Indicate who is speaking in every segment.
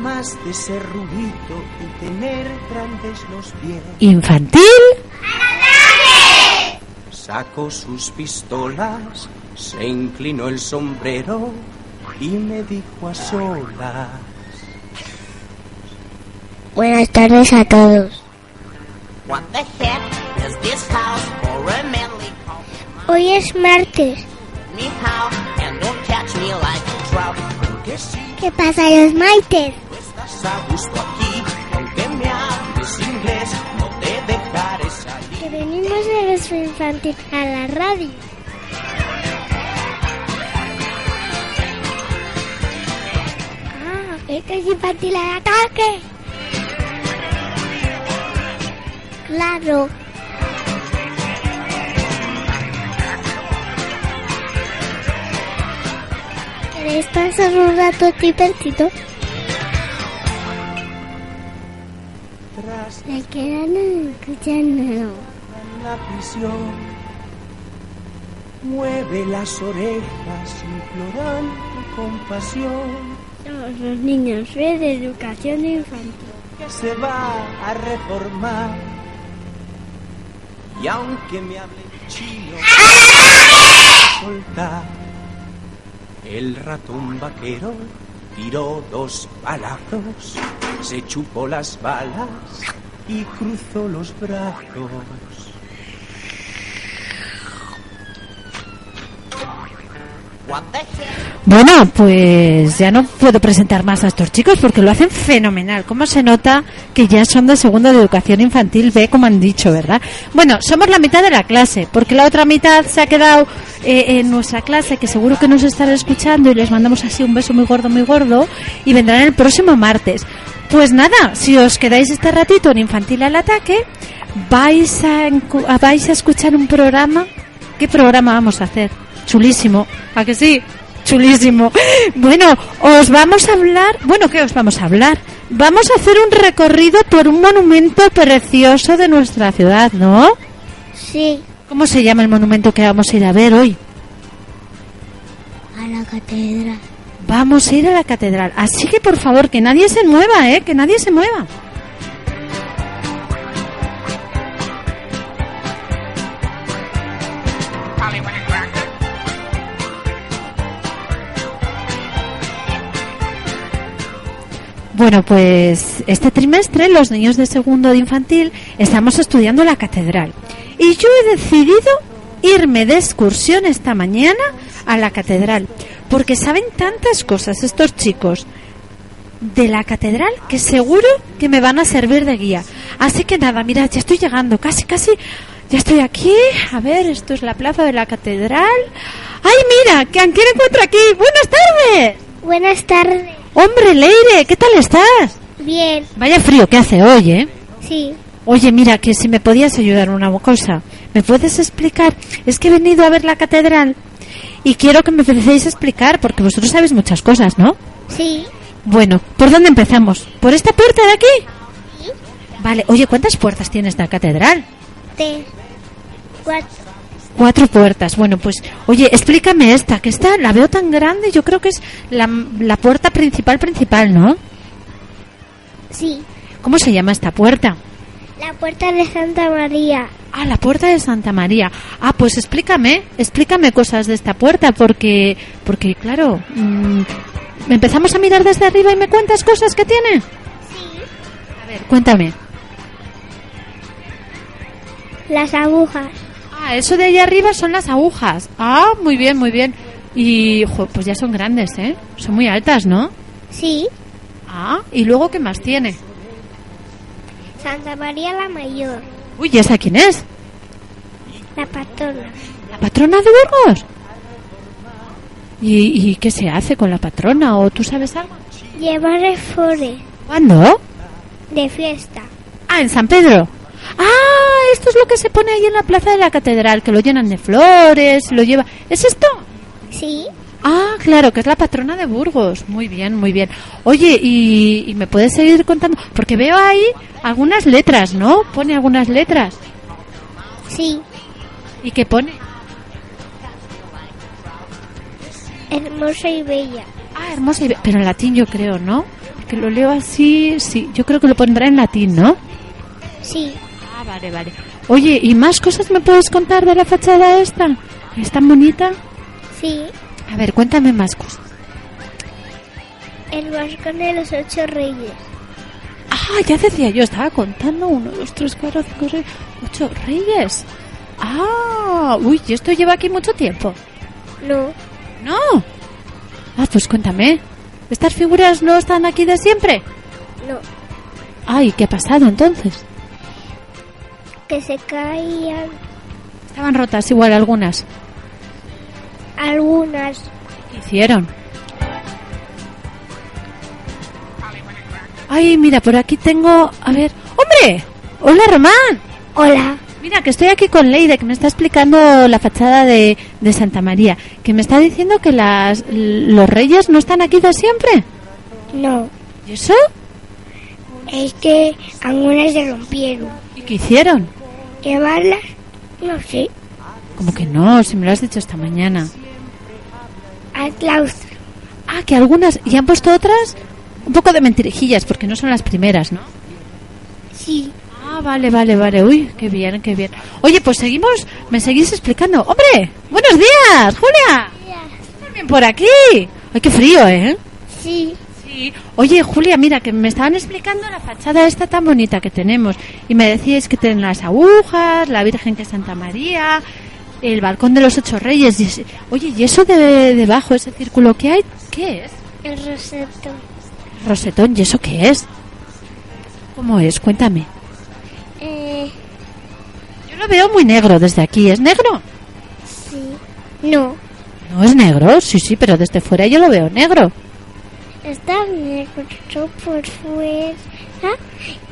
Speaker 1: Más de ser rubito y tener grandes los pies,
Speaker 2: Infantil.
Speaker 1: sacó sus pistolas, se inclinó el sombrero y me dijo a solas.
Speaker 3: Buenas tardes a todos.
Speaker 4: What the heck is this house for a medley? Call
Speaker 3: Hoy es martes.
Speaker 4: me how and don't catch me like a trout.
Speaker 1: Que si
Speaker 3: ¿Qué pasa los maites?
Speaker 1: estás a gusto aquí, aunque me hables inglés, no te dejaré salir.
Speaker 3: Que venimos de nuestro infantil a la radio. Ah, este es infantil al ataque. Claro. ¿Queréis pasar un rato divertido?
Speaker 1: Tras
Speaker 3: Me quedan escuchando.
Speaker 1: la prisión, mueve las orejas implorando compasión,
Speaker 3: Somos los niños Red de Educación Infantil.
Speaker 1: que se va a reformar. Y aunque me hable chino, soltar. El ratón vaquero tiró dos balazos, se chupó las balas y cruzó los brazos.
Speaker 4: What the heck?
Speaker 2: Bueno, pues ya no puedo presentar más a estos chicos porque lo hacen fenomenal. ¿Cómo se nota que ya son de segundo de educación infantil B, como han dicho, verdad? Bueno, somos la mitad de la clase, porque la otra mitad se ha quedado eh, en nuestra clase, que seguro que nos estarán escuchando y les mandamos así un beso muy gordo, muy gordo, y vendrán el próximo martes. Pues nada, si os quedáis este ratito en Infantil al Ataque, vais a, encu- a- vais a escuchar un programa. ¿Qué programa vamos a hacer? Chulísimo. ¿A que sí? Chulísimo. Bueno, os vamos a hablar. Bueno, ¿qué os vamos a hablar? Vamos a hacer un recorrido por un monumento precioso de nuestra ciudad, ¿no?
Speaker 3: Sí,
Speaker 2: ¿Cómo se llama el monumento que vamos a ir a ver hoy?
Speaker 3: a la catedral.
Speaker 2: Vamos a ir a la catedral. Así que por favor, que nadie se mueva, ¿eh? Que nadie se mueva. Bueno, pues este trimestre los niños de segundo de infantil estamos estudiando la catedral. Y yo he decidido irme de excursión esta mañana a la catedral. Porque saben tantas cosas estos chicos de la catedral que seguro que me van a servir de guía. Así que nada, mirad, ya estoy llegando, casi, casi, ya estoy aquí. A ver, esto es la plaza de la catedral. ¡Ay, mira! ¿Que ¿A quién encuentro aquí? ¡Buenas tardes!
Speaker 3: Buenas tardes.
Speaker 2: Hombre, Leire, ¿qué tal estás?
Speaker 3: Bien,
Speaker 2: Vaya frío que hace hoy, ¿eh?
Speaker 3: sí.
Speaker 2: Oye, mira, que si me podías ayudar en una cosa. ¿Me puedes explicar? Es que he venido a ver la catedral y quiero que me empecéis a explicar porque vosotros sabéis muchas cosas, ¿no?
Speaker 3: Sí,
Speaker 2: Bueno, ¿por dónde empezamos? ¿Por esta puerta de aquí? Vale, oye, ¿cuántas puertas tiene esta catedral?
Speaker 3: te. Cuatro.
Speaker 2: Cuatro puertas. Bueno, pues, oye, explícame esta, que esta la veo tan grande, yo creo que es la, la puerta principal principal, ¿no?
Speaker 3: Sí,
Speaker 2: ¿Cómo se llama esta puerta?
Speaker 3: la puerta de Santa María.
Speaker 2: Ah, la puerta de Santa María. Ah, pues explícame, explícame cosas de esta puerta, porque, porque claro, mm, empezamos a mirar desde arriba y me cuentas cosas que tiene.
Speaker 3: Sí.
Speaker 2: A ver, cuéntame.
Speaker 3: Las agujas.
Speaker 2: Ah, eso de allá arriba son las agujas. Ah, muy bien, muy bien. Y, jo, pues ya son grandes, ¿eh? Son muy altas, ¿no?
Speaker 3: Sí,
Speaker 2: Ah, y luego, ¿qué más tiene?
Speaker 3: Santa María la Mayor,
Speaker 2: Uy, ¿y esa quién es?
Speaker 3: la patrona.
Speaker 2: ¿La patrona de Burgos? ¿Y, y qué se hace con la patrona? ¿O tú sabes algo?
Speaker 3: Lleva refores.
Speaker 2: ¿Cuándo?
Speaker 3: de fiesta.
Speaker 2: Ah, en San Pedro. Ah, esto es lo que se pone ahí en la plaza de la catedral, que lo llenan de flores, lo lleva. ¿Es esto?
Speaker 3: Sí.
Speaker 2: Ah, claro, que es la patrona de Burgos. Muy bien, muy bien. Oye, ¿y, y me puedes seguir contando? Porque veo ahí algunas letras, ¿no? Pone algunas letras.
Speaker 3: Sí.
Speaker 2: ¿Y qué pone?
Speaker 3: Hermosa y bella.
Speaker 2: Ah, hermosa, y be- pero en latín yo creo, ¿no? Que lo leo así, sí. Yo creo que lo pondrá en latín, ¿no?
Speaker 3: Sí.
Speaker 2: Ah, vale, vale. Oye, ¿y más cosas me puedes contar de la fachada esta? ¿Es tan bonita?
Speaker 3: Sí.
Speaker 2: A ver, cuéntame más cosas.
Speaker 3: El balcón de los ocho reyes.
Speaker 2: Ah, ya decía yo, estaba contando uno, dos, tres, cuatro, cinco, seis, ocho reyes. Ah, uy, ¿y esto lleva aquí mucho tiempo.
Speaker 3: No.
Speaker 2: No. Ah, pues cuéntame. ¿Estas figuras no están aquí de siempre?
Speaker 3: No.
Speaker 2: Ay, ¿qué ha pasado entonces?
Speaker 3: Que se caían
Speaker 2: Estaban rotas igual algunas.
Speaker 3: algunas.
Speaker 2: ¿Qué hicieron? Ay, mira, por aquí tengo... A ver... ¡Hombre! ¡Hola, Román!
Speaker 3: Hola.
Speaker 2: Mira, que estoy aquí con Leida, que me está explicando la fachada de, de Santa María, que me está diciendo que las, los reyes no están aquí de siempre.
Speaker 3: No.
Speaker 2: ¿Y eso?
Speaker 3: Es que algunas se rompieron.
Speaker 2: ¿Y qué hicieron?
Speaker 3: Llevarlas. No sé.
Speaker 2: Como que no, si me lo has dicho esta mañana.
Speaker 3: Al claustro.
Speaker 2: Ah, que algunas, y han puesto otras un poco de mentirijillas, porque no son las primeras, ¿no?
Speaker 3: Sí.
Speaker 2: Ah, vale, vale, vale, uy, qué bien, qué bien. Oye, pues seguimos, me seguís explicando. ¡Hombre! ¡Buenos días, Julia! También por aquí. Ay, qué frío, ¿eh?
Speaker 3: Sí.
Speaker 2: Sí. Oye, Julia, mira, que me estaban explicando la fachada esta tan bonita que tenemos. Y me decíais que tienen las agujas, la Virgen que es Santa María, el balcón de los ocho reyes. y ese- Oye, ¿y eso de debajo, ese círculo que hay, qué es?
Speaker 3: El roseto.
Speaker 2: Rosetón, ¿y eso qué es? ¿Cómo es? Cuéntame.
Speaker 3: Eh.
Speaker 2: Yo lo veo muy negro desde aquí. ¿Es negro?
Speaker 3: Sí. No.
Speaker 2: No es negro, sí, sí, pero desde fuera yo lo veo negro.
Speaker 3: Está negro por fuera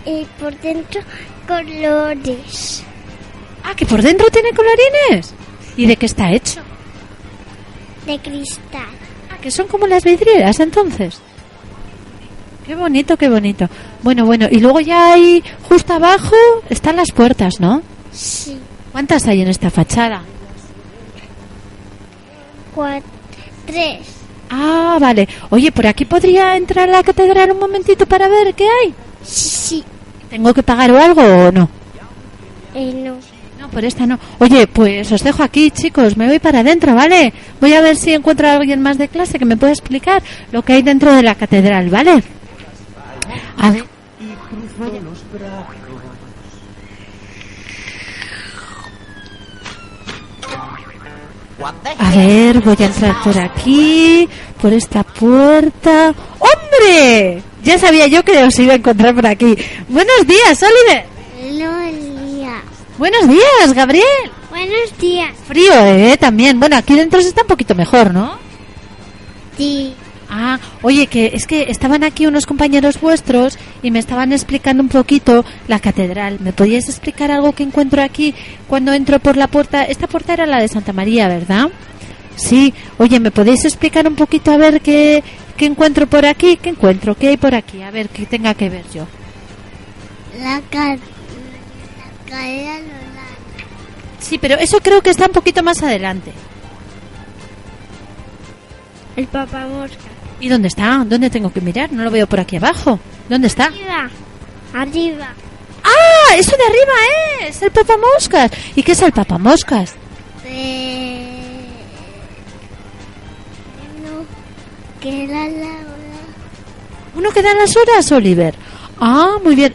Speaker 3: y por dentro colores.
Speaker 2: Ah, que por dentro tiene colorines. ¿Y de qué está hecho?
Speaker 3: De cristal.
Speaker 2: Ah, que son como las vidrieras entonces. Qué bonito, qué bonito. Bueno, bueno, y luego ya hay justo abajo están las puertas, ¿no?
Speaker 3: Sí.
Speaker 2: ¿Cuántas hay en esta fachada?
Speaker 3: Cuatro. Tres.
Speaker 2: Ah, vale. Oye, por aquí podría entrar a la catedral un momentito para ver qué hay.
Speaker 3: Sí.
Speaker 2: ¿Tengo que pagar o algo o no?
Speaker 3: Eh, no.
Speaker 2: No, por esta no. Oye, pues os dejo aquí, chicos. Me voy para adentro, ¿vale? Voy a ver si encuentro a alguien más de clase que me pueda explicar lo que hay dentro de la catedral, ¿vale? A ver.
Speaker 1: y cruzó los brazos.
Speaker 4: What the
Speaker 2: A
Speaker 4: heck?
Speaker 2: ver, voy a entrar por aquí, por esta puerta. ¡Hombre! Ya sabía yo que os iba a encontrar por aquí. Buenos días, Oliver.
Speaker 3: Lolia.
Speaker 2: Buenos días, Gabriel.
Speaker 3: Buenos días.
Speaker 2: Frío, ¿eh? También. Bueno, aquí dentro se está un poquito mejor, ¿no?
Speaker 3: Sí.
Speaker 2: Ah, oye, que es que estaban aquí unos compañeros vuestros y me estaban explicando un poquito la catedral. ¿Me podíais explicar algo que encuentro aquí cuando entro por la puerta? Esta puerta era la de Santa María, ¿verdad? Sí, oye, ¿me podéis explicar un poquito a ver qué, qué encuentro por aquí? ¿Qué encuentro? ¿Qué hay por aquí? A ver, qué tenga que ver yo.
Speaker 3: La ca... La cadera Lola.
Speaker 2: Sí, pero eso creo que está un poquito más adelante.
Speaker 3: El papá mosca.
Speaker 2: ¿Y dónde está? ¿Dónde tengo que mirar? No lo veo por aquí abajo. ¿Dónde está?
Speaker 3: Arriba. Arriba.
Speaker 2: ¡Ah! Eso de arriba es el papamoscas. ¿Y qué es el papamoscas?
Speaker 3: Eh... No. Que la Lola.
Speaker 2: Uno que da las horas, Oliver. Ah, muy bien.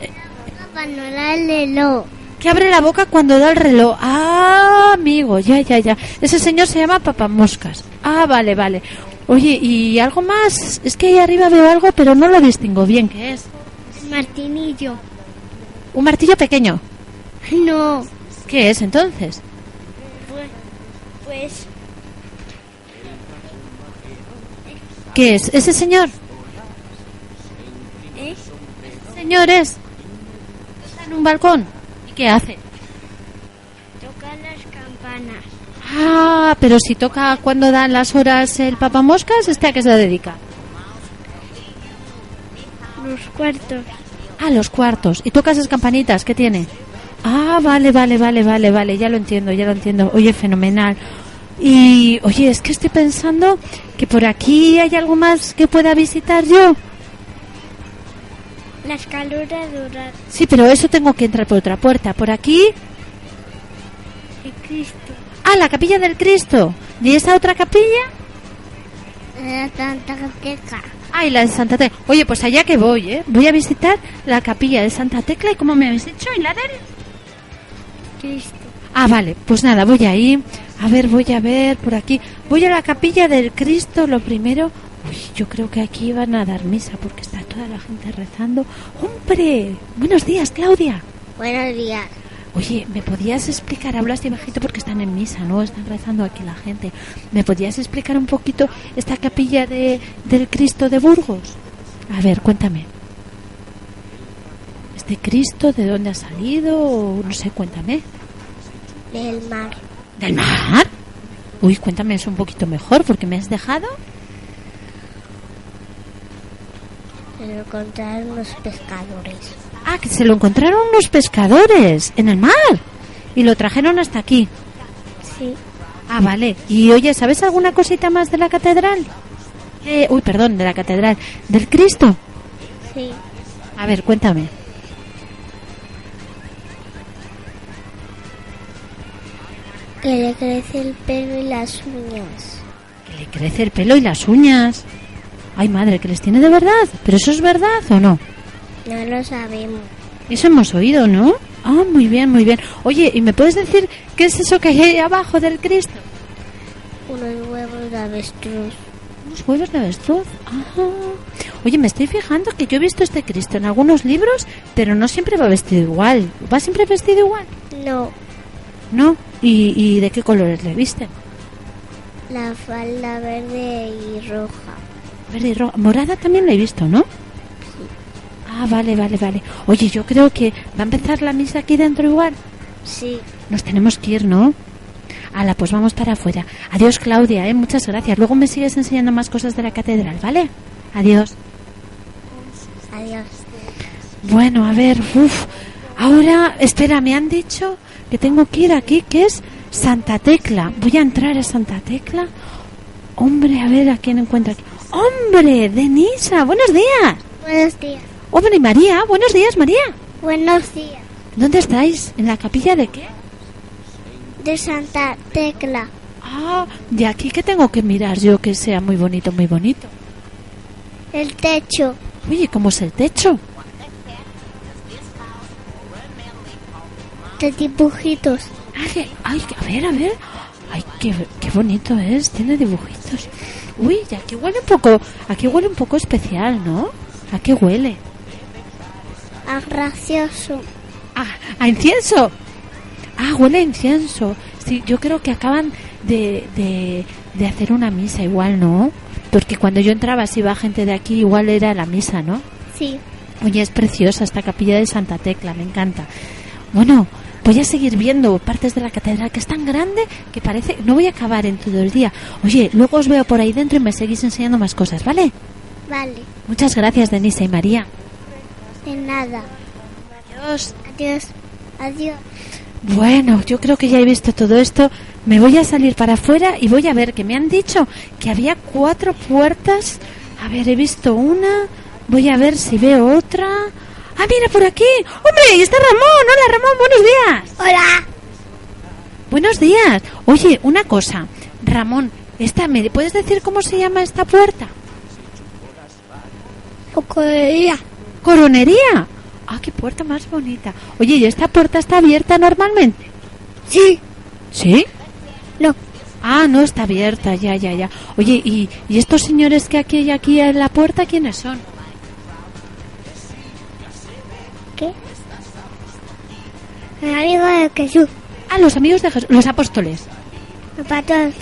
Speaker 3: Cuando la lelo.
Speaker 2: Que abre la boca cuando da el reloj. Ah, amigo, ya, ya, ya. Ese señor se llama Papamoscas. Ah, vale, vale. Oye, ¿y algo más? Es que ahí arriba veo algo, pero no lo distingo bien. ¿Qué es?
Speaker 3: Martinillo.
Speaker 2: Un martillo pequeño.
Speaker 3: No.
Speaker 2: ¿Qué es entonces?
Speaker 3: Pues, pues
Speaker 2: ¿Qué es? ¿Ese señor?
Speaker 3: Sí.
Speaker 2: Señores, ¿Eh? está en un balcón. ¿Y qué hace?
Speaker 3: Toca las campanas.
Speaker 2: Ah, pero si toca cuando dan las horas el papamoscas, ¿este a qué se dedica?
Speaker 3: Los cuartos.
Speaker 2: A los cuartos. ¿Y toca esas campanitas? ¿Qué tiene? Ah, vale, vale, vale, vale, vale. Ya lo entiendo, ya lo entiendo. Oye, fenomenal. Y, oye, es que estoy pensando que por aquí hay algo más que pueda visitar yo.
Speaker 3: Las caluras duras.
Speaker 2: Sí, pero eso tengo que entrar por otra puerta. Por aquí.
Speaker 3: Y Cristo.
Speaker 2: Ah, la capilla del Cristo. ¿Y esa otra capilla?
Speaker 3: La Santa Teca.
Speaker 2: Ah, y la de Santa Tecla. Oye, pues allá que voy, ¿eh? Voy a visitar la capilla de Santa Tecla y como me habéis dicho, y la del...
Speaker 3: Cristo.
Speaker 2: Ah, vale, pues nada, voy ahí. A ver, voy a ver por aquí. Voy a la capilla del Cristo, lo primero. Uy, yo creo que aquí van a dar misa porque está toda la gente rezando. ¡Hombre! Buenos días, Claudia.
Speaker 3: Buenos días.
Speaker 2: Oye, ¿me podías explicar? Hablaste bajito porque están en misa, ¿no? Están rezando aquí la gente. ¿Me podías explicar un poquito esta capilla de, del Cristo de Burgos? A ver, cuéntame. ¿Este Cristo de dónde ha salido? O No sé, cuéntame.
Speaker 3: Del mar.
Speaker 2: ¿Del mar? Uy, cuéntame eso un poquito mejor porque me has dejado.
Speaker 3: Pero encontraron los pescadores.
Speaker 2: Ah, que se lo encontraron unos pescadores en el mar y lo trajeron hasta aquí.
Speaker 3: Sí.
Speaker 2: Ah, vale. Y oye, ¿sabes alguna cosita más de la catedral? Eh, uy, perdón, de la catedral. ¿Del Cristo?
Speaker 3: Sí.
Speaker 2: A ver, cuéntame.
Speaker 3: Que le crece el pelo y las uñas.
Speaker 2: Que le crece el pelo y las uñas. Ay, madre, que les tiene de verdad. ¿Pero eso es verdad o no?
Speaker 3: No lo sabemos.
Speaker 2: Eso hemos oído, ¿no? Ah, muy bien, muy bien. Oye, ¿y me puedes decir qué es eso que hay ahí abajo del Cristo?
Speaker 3: Unos huevos de avestruz.
Speaker 2: Unos huevos de avestruz. Ajá. Oye, me estoy fijando que yo he visto este Cristo en algunos libros, pero no siempre va vestido igual. ¿Va siempre vestido igual?
Speaker 3: No.
Speaker 2: ¿No? ¿Y, y de qué colores le viste?
Speaker 3: La falda verde y roja.
Speaker 2: Verde y roja. Morada también la he visto, ¿no? Ah, vale, vale, vale. Oye, yo creo que va a empezar la misa aquí dentro igual.
Speaker 3: Sí.
Speaker 2: Nos tenemos que ir, ¿no? Ala, pues vamos para afuera. Adiós, Claudia, ¿eh? Muchas gracias. Luego me sigues enseñando más cosas de la catedral, ¿vale? Adiós.
Speaker 3: Adiós.
Speaker 2: Bueno, a ver, uff. Ahora, espera, me han dicho que tengo que ir aquí, que es Santa Tecla. Voy a entrar a Santa Tecla. Hombre, a ver a quién encuentro aquí. ¡Hombre! ¡Denisa! ¡Buenos días!
Speaker 3: Buenos días.
Speaker 2: ¡Hombre, María! ¡Buenos días, María!
Speaker 3: Buenos días.
Speaker 2: ¿Dónde estáis? ¿En la capilla de qué?
Speaker 3: De Santa Tecla.
Speaker 2: Ah, de aquí que tengo que mirar yo que sea muy bonito, muy bonito.
Speaker 3: El techo.
Speaker 2: Oye, ¿cómo es el techo?
Speaker 3: De dibujitos.
Speaker 2: Ay, que- ay, que- a ver, a ver. Ay, qué, qué bonito es, tiene dibujitos. Uy, y aquí huele un poco, aquí huele un poco especial, ¿no? ¿A qué huele?
Speaker 3: Ah, gracioso.
Speaker 2: Ah, a incienso. Ah, huele a incienso. Sí, yo creo que acaban de, de, de hacer una misa igual, ¿no? Porque cuando yo entraba, si iba gente de aquí, igual era la misa, ¿no?
Speaker 3: Sí.
Speaker 2: Oye, es preciosa esta capilla de Santa Tecla, me encanta. Bueno, voy a seguir viendo partes de la catedral que es tan grande que parece no voy a acabar en todo el día. Oye, luego os veo por ahí dentro y me seguís enseñando más cosas, ¿vale?
Speaker 3: Vale.
Speaker 2: Muchas gracias, Denise y María.
Speaker 3: De nada.
Speaker 2: Adiós.
Speaker 3: Adiós. Adiós.
Speaker 2: Bueno, yo creo que ya he visto todo esto. Me voy a salir para afuera y voy a ver que me han dicho que había cuatro puertas. A ver, he visto una. Voy a ver si veo otra. Ah, mira por aquí. Hombre, ahí está Ramón. Hola, Ramón. Buenos días.
Speaker 3: Hola.
Speaker 2: Buenos días. Oye, una cosa. Ramón, esta, ¿me puedes decir cómo se llama esta puerta?
Speaker 3: Cocodería.
Speaker 2: Coronería. Ah, qué puerta más bonita. Oye, ¿y esta puerta está abierta normalmente?
Speaker 3: Sí.
Speaker 2: ¿Sí?
Speaker 3: No.
Speaker 2: Ah, no, está abierta, ya, ya, ya. Oye, ¿y, y estos señores que aquí hay aquí en la puerta, quiénes son?
Speaker 3: ¿Qué? El amigo de Jesús.
Speaker 2: Ah, los amigos de Jesús, los apóstoles.
Speaker 3: El patrón.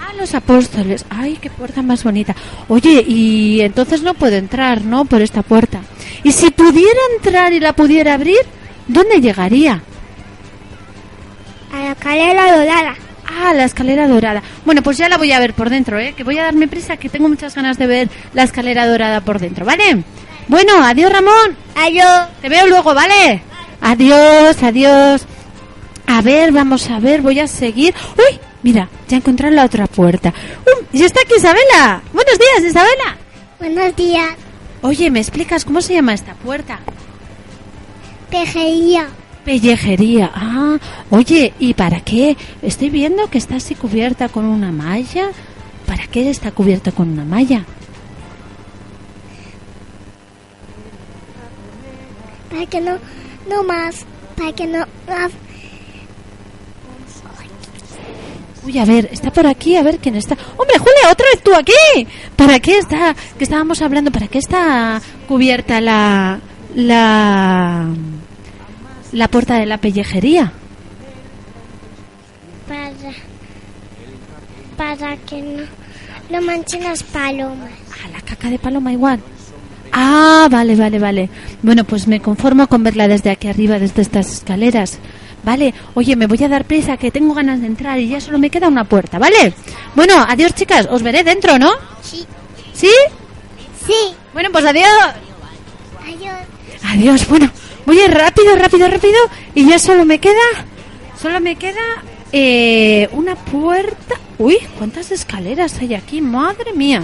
Speaker 2: Ah, los apóstoles. Ay, qué puerta más bonita. Oye, y entonces no puedo entrar, ¿no? Por esta puerta. Y si pudiera entrar y la pudiera abrir, ¿dónde llegaría?
Speaker 3: A la escalera dorada.
Speaker 2: Ah, la escalera dorada. Bueno, pues ya la voy a ver por dentro, ¿eh? Que voy a darme prisa, que tengo muchas ganas de ver la escalera dorada por dentro, ¿vale? Bueno, adiós Ramón.
Speaker 3: Adiós.
Speaker 2: Te veo luego, ¿vale? Adiós, adiós. A ver, vamos a ver, voy a seguir. ¡Uy! Mira, ya encontré la otra puerta. ¡Um! ¡Ya está aquí Isabela! ¡Buenos días, Isabela!
Speaker 3: Buenos días.
Speaker 2: Oye, ¿me explicas cómo se llama esta puerta?
Speaker 3: Pejería.
Speaker 2: Pellejería. Ah, oye, ¿y para qué? Estoy viendo que está así cubierta con una malla. ¿Para qué está cubierta con una malla?
Speaker 3: Para que no, no más. Para que no más.
Speaker 2: Uy, a ver, está por aquí, a ver quién está. Hombre, Julia, otra vez tú aquí. ¿Para qué está? Que estábamos hablando, ¿para qué está cubierta la la la puerta de la pellejería?
Speaker 3: Para, para que no, no manchen las palomas.
Speaker 2: Ah, la caca de paloma igual. Ah, vale, vale, vale. Bueno, pues me conformo con verla desde aquí arriba, desde estas escaleras. Vale, oye, me voy a dar prisa, que tengo ganas de entrar y ya solo me queda una puerta, ¿vale? Bueno, adiós chicas, os veré dentro, ¿no?
Speaker 3: Sí.
Speaker 2: ¿Sí?
Speaker 3: Sí.
Speaker 2: Bueno, pues adiós.
Speaker 3: Adiós.
Speaker 2: Adiós, bueno, voy a ir rápido, rápido, rápido y ya solo me queda, solo me queda eh, una puerta. Uy, cuántas escaleras hay aquí, madre mía,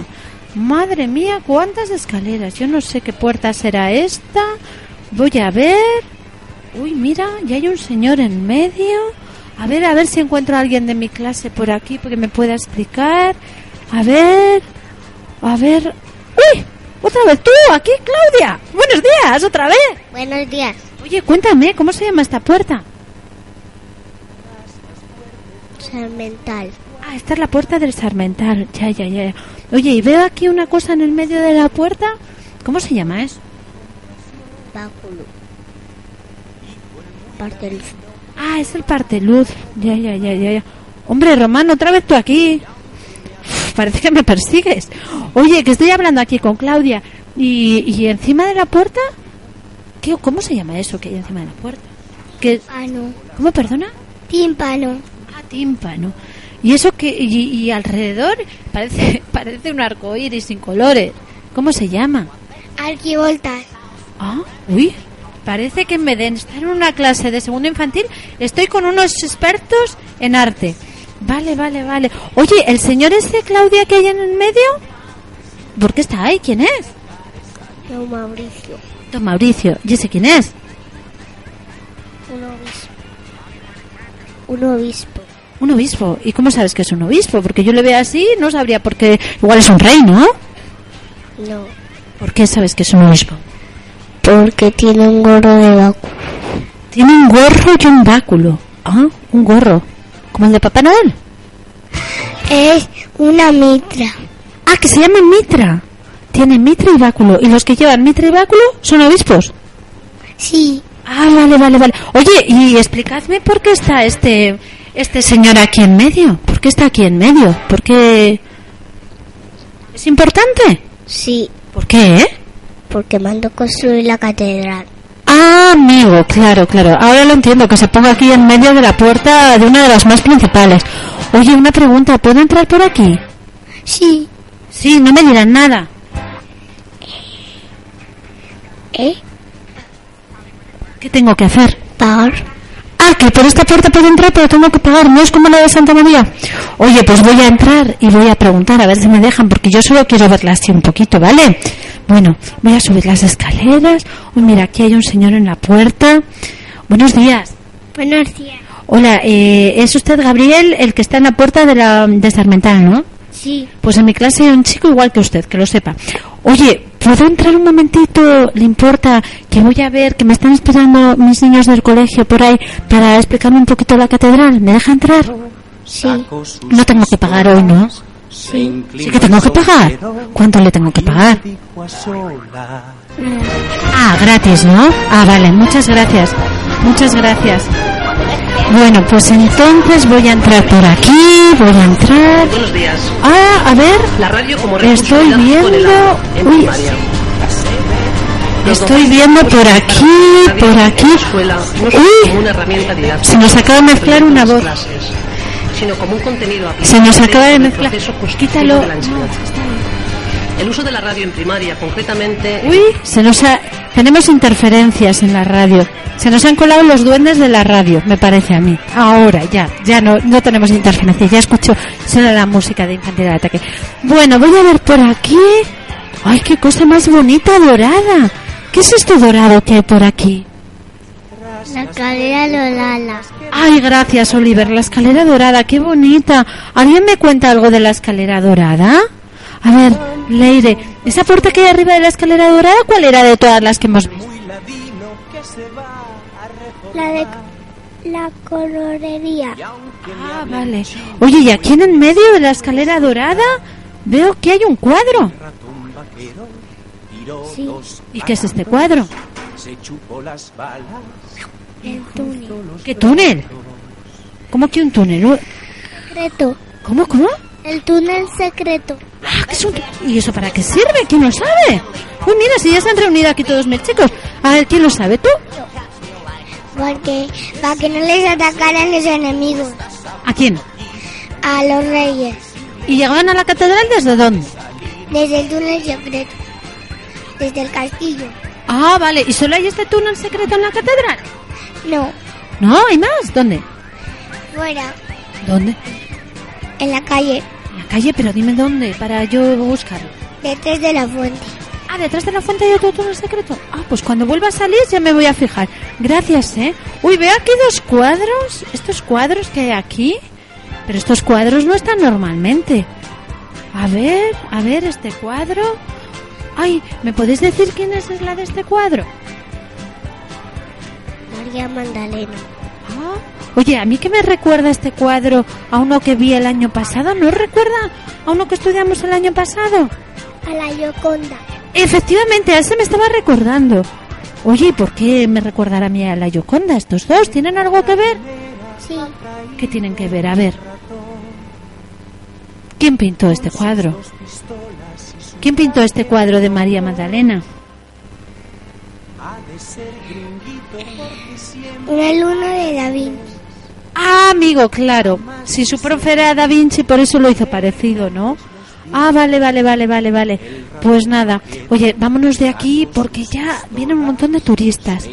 Speaker 2: madre mía, cuántas escaleras. Yo no sé qué puerta será esta. Voy a ver. Uy, mira, ya hay un señor en medio. A ver, a ver si encuentro a alguien de mi clase por aquí porque me pueda explicar. A ver, a ver. ¡Uy! ¡Otra vez tú! ¡Aquí, Claudia! ¡Buenos días! ¡Otra vez!
Speaker 3: Buenos días.
Speaker 2: Oye, cuéntame, ¿cómo se llama esta puerta?
Speaker 3: Sarmental.
Speaker 2: Ah, esta es la puerta del Sarmental. Ya, ya, ya. ya. Oye, y veo aquí una cosa en el medio de la puerta. ¿Cómo se llama eso?
Speaker 3: Báculo. Parte del
Speaker 2: Ah, es el parteluz. Ya, ya, ya, ya, ya. Hombre, Román, otra vez tú aquí. Uf, Parece que me persigues. Oye, que estoy hablando aquí con Claudia. Y, y encima de la puerta... ¿qué, ¿Cómo se llama eso que hay encima de la puerta? Que,
Speaker 3: tímpano.
Speaker 2: ¿Cómo, perdona?
Speaker 3: Tímpano.
Speaker 2: Ah, tímpano. Y eso que... Y, y alrededor parece, parece un arco iris sin colores. ¿Cómo se llama?
Speaker 3: Arquivoltas.
Speaker 2: Ah, uy. Parece que en vez de estar en una clase de segundo infantil, estoy con unos expertos en arte. Vale, vale, vale. Oye, el señor ese, Claudia, que hay en el medio, ¿por qué está ahí? ¿Quién es?
Speaker 3: No, Mauricio.
Speaker 2: Don Mauricio. ¿Y ese quién es?
Speaker 3: Un obispo. Un obispo.
Speaker 2: Un obispo. ¿Y cómo sabes que es un obispo? Porque yo le veo así, no sabría por qué. Igual es un rey, ¿no?
Speaker 3: No.
Speaker 2: ¿Por qué sabes que es un obispo?
Speaker 3: Porque tiene un gorro de vacu.
Speaker 2: Tiene un gorro y un báculo. Ah, un gorro. ¿Como el de Papá Noel?
Speaker 3: Es una mitra.
Speaker 2: Ah, que se llama Mitra. Tiene Mitra y Báculo. Y los que llevan Mitra y Báculo son obispos.
Speaker 3: Sí.
Speaker 2: Ah, vale, vale, vale. Oye, y explicadme por qué está este, este señor aquí en medio. ¿Por qué está aquí en medio? ¿Por qué? ¿Es importante?
Speaker 3: Sí.
Speaker 2: ¿Por qué, eh?
Speaker 3: Porque mandó construir la catedral.
Speaker 2: Ah, amigo, claro, claro. Ahora lo entiendo, que se ponga aquí en medio de la puerta de una de las más principales. Oye, una pregunta, ¿puedo entrar por aquí?
Speaker 3: Sí.
Speaker 2: Sí, no me dirán nada.
Speaker 3: ¿Eh?
Speaker 2: ¿Qué tengo que hacer?
Speaker 3: Pagar.
Speaker 2: Ah, que por esta puerta puedo entrar, pero tengo que pagar, no es como la de Santa María. Oye, pues voy a entrar y voy a preguntar a ver si me dejan, porque yo solo quiero verla así un poquito, ¿vale? Bueno, voy a subir las escaleras. Uy, mira, aquí hay un señor en la puerta. Buenos días.
Speaker 3: Buenos días.
Speaker 2: Hola, eh, es usted Gabriel, el que está en la puerta de, la, de Sarmental, ¿no?
Speaker 3: Sí.
Speaker 2: Pues en mi clase hay un chico igual que usted, que lo sepa. Oye, ¿puedo entrar un momentito? ¿Le importa? Que voy a ver, que me están esperando mis niños del colegio por ahí para explicarme un poquito la catedral. ¿Me deja entrar?
Speaker 3: Sí.
Speaker 1: Sacó sus
Speaker 2: No tengo que pagar hoy, ¿no?
Speaker 1: pistolas, se
Speaker 3: Sí.
Speaker 1: inclinó
Speaker 2: Sí que tengo que
Speaker 1: el
Speaker 2: pagar.
Speaker 1: sombrero
Speaker 2: ¿Cuánto le tengo que
Speaker 1: y le
Speaker 2: pagar?
Speaker 1: dijo a solas,
Speaker 2: Ah, gratis, ¿no? Ah, vale, muchas gracias. Muchas gracias. Bueno, pues entonces voy a entrar por aquí, voy a entrar.
Speaker 5: Buenos días.
Speaker 2: Ah, a ver,
Speaker 5: La radio como recurso
Speaker 2: estoy
Speaker 5: didáctico en el
Speaker 2: viendo...
Speaker 5: aula, en
Speaker 2: Uy,
Speaker 5: primaria.
Speaker 2: Estoy viendo por aquí, por aquí. Uy, se nos acaba de mezclar una voz.
Speaker 5: sino como un contenido
Speaker 2: Se nos acaba de
Speaker 5: aplicado dentro del
Speaker 2: mezclar.
Speaker 5: proceso constructivo
Speaker 2: Quítalo.
Speaker 5: de la enseñanza. El uso de la radio en primaria, concretamente,
Speaker 2: Uy, se nos ha- tenemos interferencias en la radio. Se nos han colado los duendes de la radio, me parece a mí. Ahora ya, ya no, no tenemos interferencias. Ya escucho, suena la música de Infantil de Ataque. Bueno, voy a ver por aquí. Ay, qué cosa más bonita, dorada. ¿Qué es este dorado que hay por aquí?
Speaker 3: La escalera Lolala.
Speaker 2: Ay, gracias, Oliver. La escalera dorada, qué bonita. ¿Alguien me cuenta algo de la escalera dorada? A ver, Leire, ¿esa puerta que hay arriba de la escalera dorada, cuál era de todas las que hemos visto?
Speaker 3: La de la colorería.
Speaker 2: Ah, vale. Oye, ¿y aquí en el medio de la escalera dorada veo que hay un cuadro?
Speaker 1: ratón vaquero tiró
Speaker 3: Sí.
Speaker 1: dos
Speaker 2: ¿Y qué es este cuadro?
Speaker 1: Se chupó las balas.
Speaker 3: El túnel.
Speaker 2: ¿Qué túnel? ¿Cómo que un túnel? Uh,
Speaker 3: Secreto.
Speaker 2: ¿Cómo, cómo?
Speaker 3: El túnel secreto.
Speaker 2: Ah, que es un... ¿Y eso para qué sirve? ¿Quién lo sabe? Uy, mira, si ya se han reunido aquí todos mis chicos. A ver, ¿quién lo sabe? ¿Tú?
Speaker 3: Porque para que no les atacaran los enemigos.
Speaker 2: ¿A quién?
Speaker 3: A los reyes.
Speaker 2: ¿Y llegaban a la catedral desde dónde?
Speaker 3: Desde el túnel secreto. Desde el castillo.
Speaker 2: Ah, vale. ¿Y solo hay este túnel secreto en la catedral?
Speaker 3: No.
Speaker 2: No, hay más. ¿Dónde?
Speaker 3: Fuera.
Speaker 2: ¿Dónde?
Speaker 3: En la calle.
Speaker 2: En la calle, pero dime dónde para yo buscarlo.
Speaker 3: Detrás de la fuente.
Speaker 2: Ah, detrás de la fuente hay otro túnel secreto. Ah, pues cuando vuelva a salir ya me voy a fijar. Gracias, ¿eh? Uy, veo aquí dos cuadros. Estos cuadros que hay aquí. Pero estos cuadros no están normalmente. A ver, a ver, este cuadro. Ay, ¿me podéis decir quién es la de este cuadro?
Speaker 3: María Magdalena.
Speaker 2: Ah, Oye, ¿a mí qué me recuerda este cuadro a uno que vi el año pasado? ¿No recuerda a uno que estudiamos el año pasado?
Speaker 3: A la Yoconda.
Speaker 2: Efectivamente, a ese me estaba recordando. Oye, ¿y por qué me recordará a mí a la Yoconda? ¿Estos dos tienen algo que ver?
Speaker 3: Sí.
Speaker 2: ¿Qué tienen que ver? A ver. ¿Quién pintó este cuadro? ¿Quién pintó este cuadro de María Magdalena?
Speaker 3: Una luna de David.
Speaker 2: Ah, amigo, claro. Si su profe era Da Vinci, por eso lo hizo parecido, ¿no? Ah, vale, vale, vale, vale, vale. Pues nada. Oye, vámonos de aquí porque ya vienen un montón de turistas.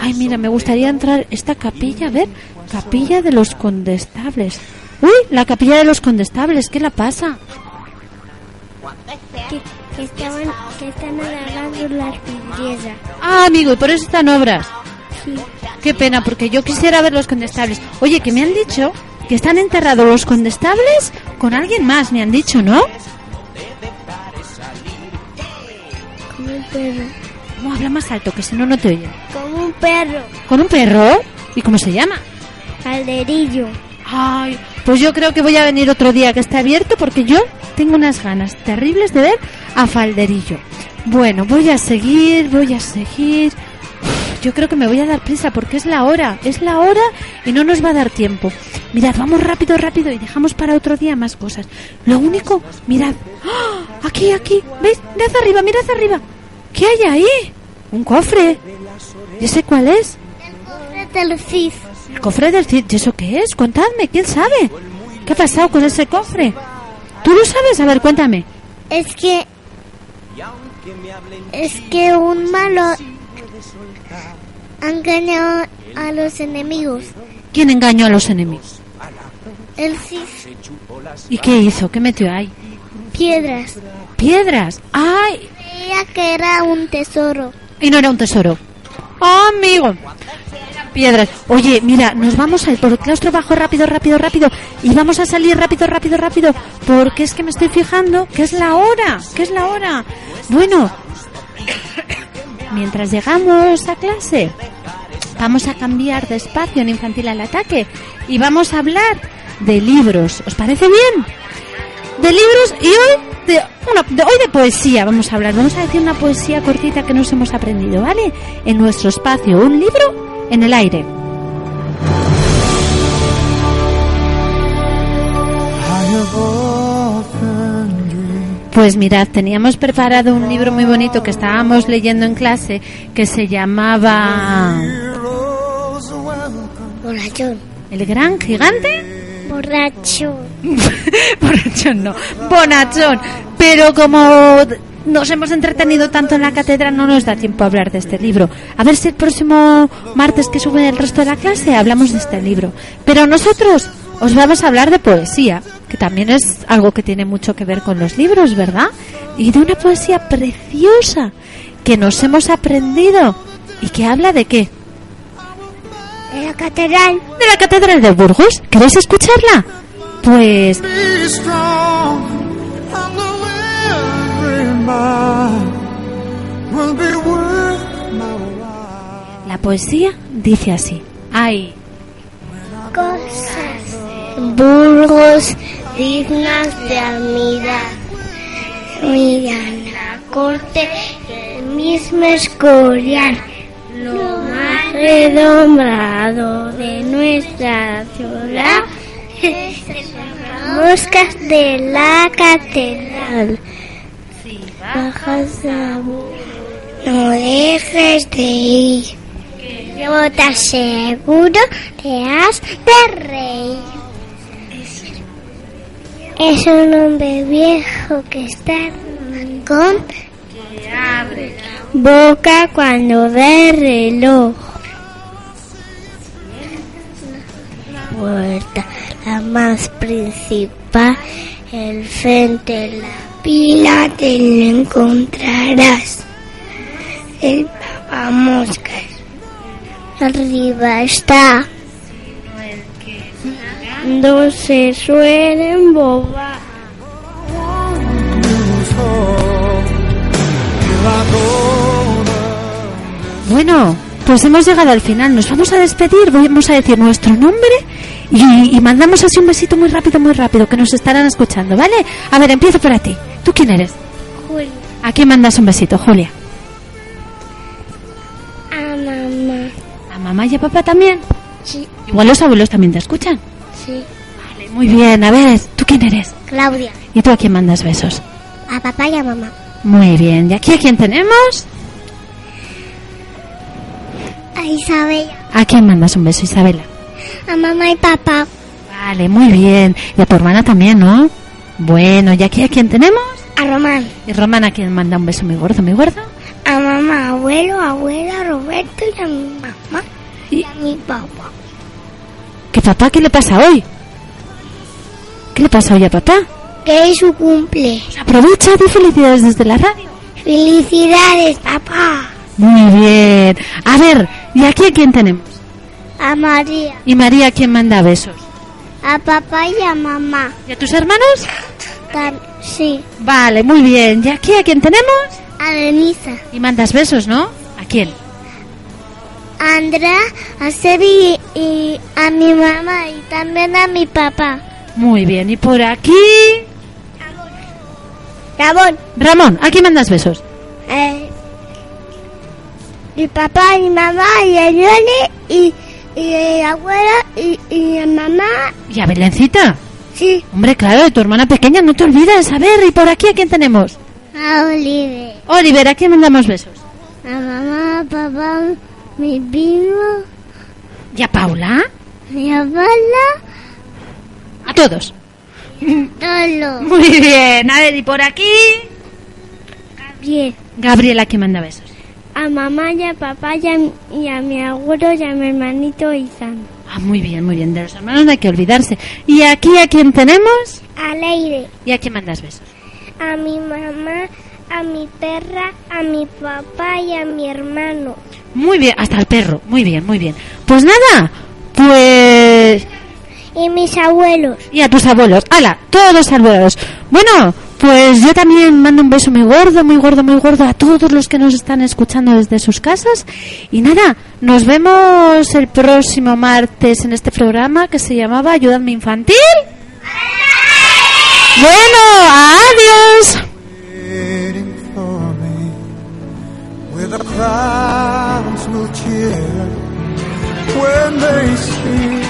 Speaker 2: Ay, mira, me gustaría entrar esta capilla, a ver, capilla de los condestables. Uy, la capilla de los condestables, ¿qué la pasa?
Speaker 3: Que, que estaban, que están alargando las piedras.
Speaker 2: Ah, amigo, y por eso están obras. Qué pena, porque yo quisiera ver los condestables. Oye, que me han dicho que están enterrados los condestables con alguien más, me han dicho, ¿no?
Speaker 3: Como un perro.
Speaker 2: No, habla más alto, que si no, no te oyen.
Speaker 3: Como un perro.
Speaker 2: ¿Con un perro? ¿Y cómo se llama?
Speaker 3: Calderillo.
Speaker 2: Ay, pues yo creo que voy a venir otro día que esté abierto porque yo tengo unas ganas terribles de ver a Falderillo. Bueno, voy a seguir, voy a seguir. Uf, Yo creo que me voy a dar prisa porque es la hora, es la hora y no nos va a dar tiempo. Mirad, vamos rápido, rápido y dejamos para otro día más cosas. Lo único, mirad. ¡Ah! Aquí, aquí, ¿veis? Mirad arriba, mirad arriba. ¿Qué hay ahí? Un cofre. Yo sé cuál es.
Speaker 3: El cofre del CIS.
Speaker 2: ¿El cofre del Cid? ¿Y eso qué es? Contadme, ¿quién sabe? ¿Qué ha pasado con ese cofre? ¿Tú lo sabes? A ver, cuéntame.
Speaker 3: Es que. Es que un malo. Han ganado a los enemigos.
Speaker 2: ¿Quién engañó a los enemigos?
Speaker 3: El CIS.
Speaker 2: ¿Y qué hizo? ¿Qué metió ahí?
Speaker 3: Piedras.
Speaker 2: ¡Piedras! ¡Ay!
Speaker 3: Creía que era un tesoro.
Speaker 2: Y no era un tesoro. ¡Ah, amigo! Eran piedras. Oye, mira, nos vamos a ir por el claustro bajo rápido, rápido, rápido. Y vamos a salir rápido, rápido, rápido. Porque es que me estoy fijando que es la hora, que es la hora. Bueno, mientras llegamos a clase, vamos a cambiar de espacio en infantil al ataque. Y vamos a hablar de libros. ¿Os parece bien? de libros y hoy de, una- de- hoy de poesía vamos a hablar. Vamos a decir una poesía cortita que nos hemos aprendido, ¿vale? En nuestro espacio, un libro en el aire.
Speaker 6: I have often dreamed
Speaker 2: Pues mirad, teníamos preparado un libro muy bonito que estábamos leyendo en clase que se llamaba
Speaker 3: Borrachón.
Speaker 2: El Gran Gigante.
Speaker 3: Borracho.
Speaker 2: Bonachón no, bonachón. Pero como nos hemos entretenido tanto en la cátedra, no nos da tiempo a hablar de este libro. A ver si el próximo martes que sube el resto de la clase hablamos de este libro. Pero nosotros os vamos a hablar de poesía, que también es algo que tiene mucho que ver con los libros, ¿verdad? Y de una poesía preciosa que nos hemos aprendido y que habla de qué?
Speaker 3: En la catedral.
Speaker 2: De la Catedral de Burgos. ¿Queréis escucharla? Pues
Speaker 6: be strong. And the weary mind will be worth my while.
Speaker 2: La poesía dice así. Ay,
Speaker 3: Cosas. Burgos dignas de admirar. Miran la corte el mismo escorial. Lo más redombrado de nuestra ciudad es las moscas de la catedral. Bajas a no dejes de ir. Yo te aseguro que has de reír. Es un hombre viejo que está con boca cuando ve el reloj. Puerta, la más principal, el frente, la pila, te lo encontrarás. El papamoscas. Arriba está. No se suelen bobar.
Speaker 6: Lose hope till I go under.
Speaker 2: bueno, pues hemos llegado al final. Nos vamos a despedir, vamos a decir nuestro nombre y, y mandamos así un besito muy rápido, muy rápido, que nos estarán escuchando, ¿vale? A ver, empiezo por ti. ¿Tú quién eres?
Speaker 3: Julio.
Speaker 2: ¿A quién mandas un besito, Julia?
Speaker 3: A mamá.
Speaker 2: ¿A mamá y a papá también?
Speaker 3: Sí,
Speaker 2: Igual los abuelos también te escuchan.
Speaker 3: sí.
Speaker 2: Vale, muy bien. A ver, ¿tú quién eres?
Speaker 3: Claudia.
Speaker 2: ¿Y tú a quién mandas besos?
Speaker 3: A papá y a mamá.
Speaker 2: Muy bien. ¿Y aquí a quién tenemos?
Speaker 3: A Isabel.
Speaker 2: ¿A quién mandas un beso, Isabela?
Speaker 3: A mamá y papá.
Speaker 2: Vale, muy bien. Y a tu hermana también, ¿no? Bueno, ¿y aquí a quién tenemos?
Speaker 3: A Román.
Speaker 2: Y Román a quien manda un beso muy gordo, muy gordo.
Speaker 3: A mamá, abuelo, abuela, Roberto y a mi mamá. Y a mi papá.
Speaker 2: ¿Qué papá? ¿Qué le pasa hoy? ¿Qué le pasa hoy a papá?
Speaker 3: Que es su cumple.
Speaker 2: Pues aprovecha, di felicidades desde la radio.
Speaker 3: Felicidades, papá.
Speaker 2: Muy bien. A ver, ¿y aquí a quién tenemos?
Speaker 3: A María.
Speaker 2: ¿Y María a quién manda besos?
Speaker 3: A papá y a mamá.
Speaker 2: ¿Y a tus hermanos?
Speaker 3: Tan- sí.
Speaker 2: Vale, muy bien. ¿Y aquí a quién tenemos?
Speaker 3: A Denisa.
Speaker 2: Y mandas besos, ¿no? ¿A quién?
Speaker 3: A Andrea, a Sebi y, y a mi mamá y también a mi papá.
Speaker 2: Muy bien. ¿Y por aquí?
Speaker 3: Ramón.
Speaker 2: Ramón, ¿a quién mandas besos?
Speaker 3: Eh, mi papá y mamá y el Yone y, y el abuelo y, y la mamá.
Speaker 2: ¿Y a Belencita?
Speaker 3: Sí.
Speaker 2: Hombre, claro, de tu hermana pequeña, no te olvides. A ver, ¿y por aquí a quién tenemos?
Speaker 3: A Olive.
Speaker 2: Oliver, ¿a quién mandamos besos?
Speaker 3: A mamá, a papá, mi primo,
Speaker 2: ¿Y a Paula?
Speaker 3: mi abuela,
Speaker 2: A todos.
Speaker 3: Tolo.
Speaker 2: Muy bien, a ver, ¿y por aquí?
Speaker 3: Bien.
Speaker 2: Gabriela, ¿a quién manda besos?
Speaker 3: A mamá y a papá y a, mi- y a mi abuelo y a mi hermanito Izan.
Speaker 2: Ah, muy bien, muy bien, de los hermanos no hay que olvidarse. ¿Y aquí a quién tenemos?
Speaker 3: A Leire.
Speaker 2: ¿Y a quién mandas besos?
Speaker 3: A mi mamá, a mi perra, a mi papá y a mi hermano.
Speaker 2: Muy bien, hasta el perro, muy bien, muy bien. Pues nada, pues...
Speaker 3: Y mis abuelos.
Speaker 2: Y a tus abuelos. ¡Hala! Todos los abuelos. Bueno, pues yo también mando un beso muy gordo, muy gordo, muy gordo a todos los que nos están escuchando desde sus casas. Y nada, nos vemos el próximo martes en este programa que se llamaba Ayudadme Infantil. Bueno, adiós.
Speaker 6: waiting for me with a crowd of smooth cheer when they see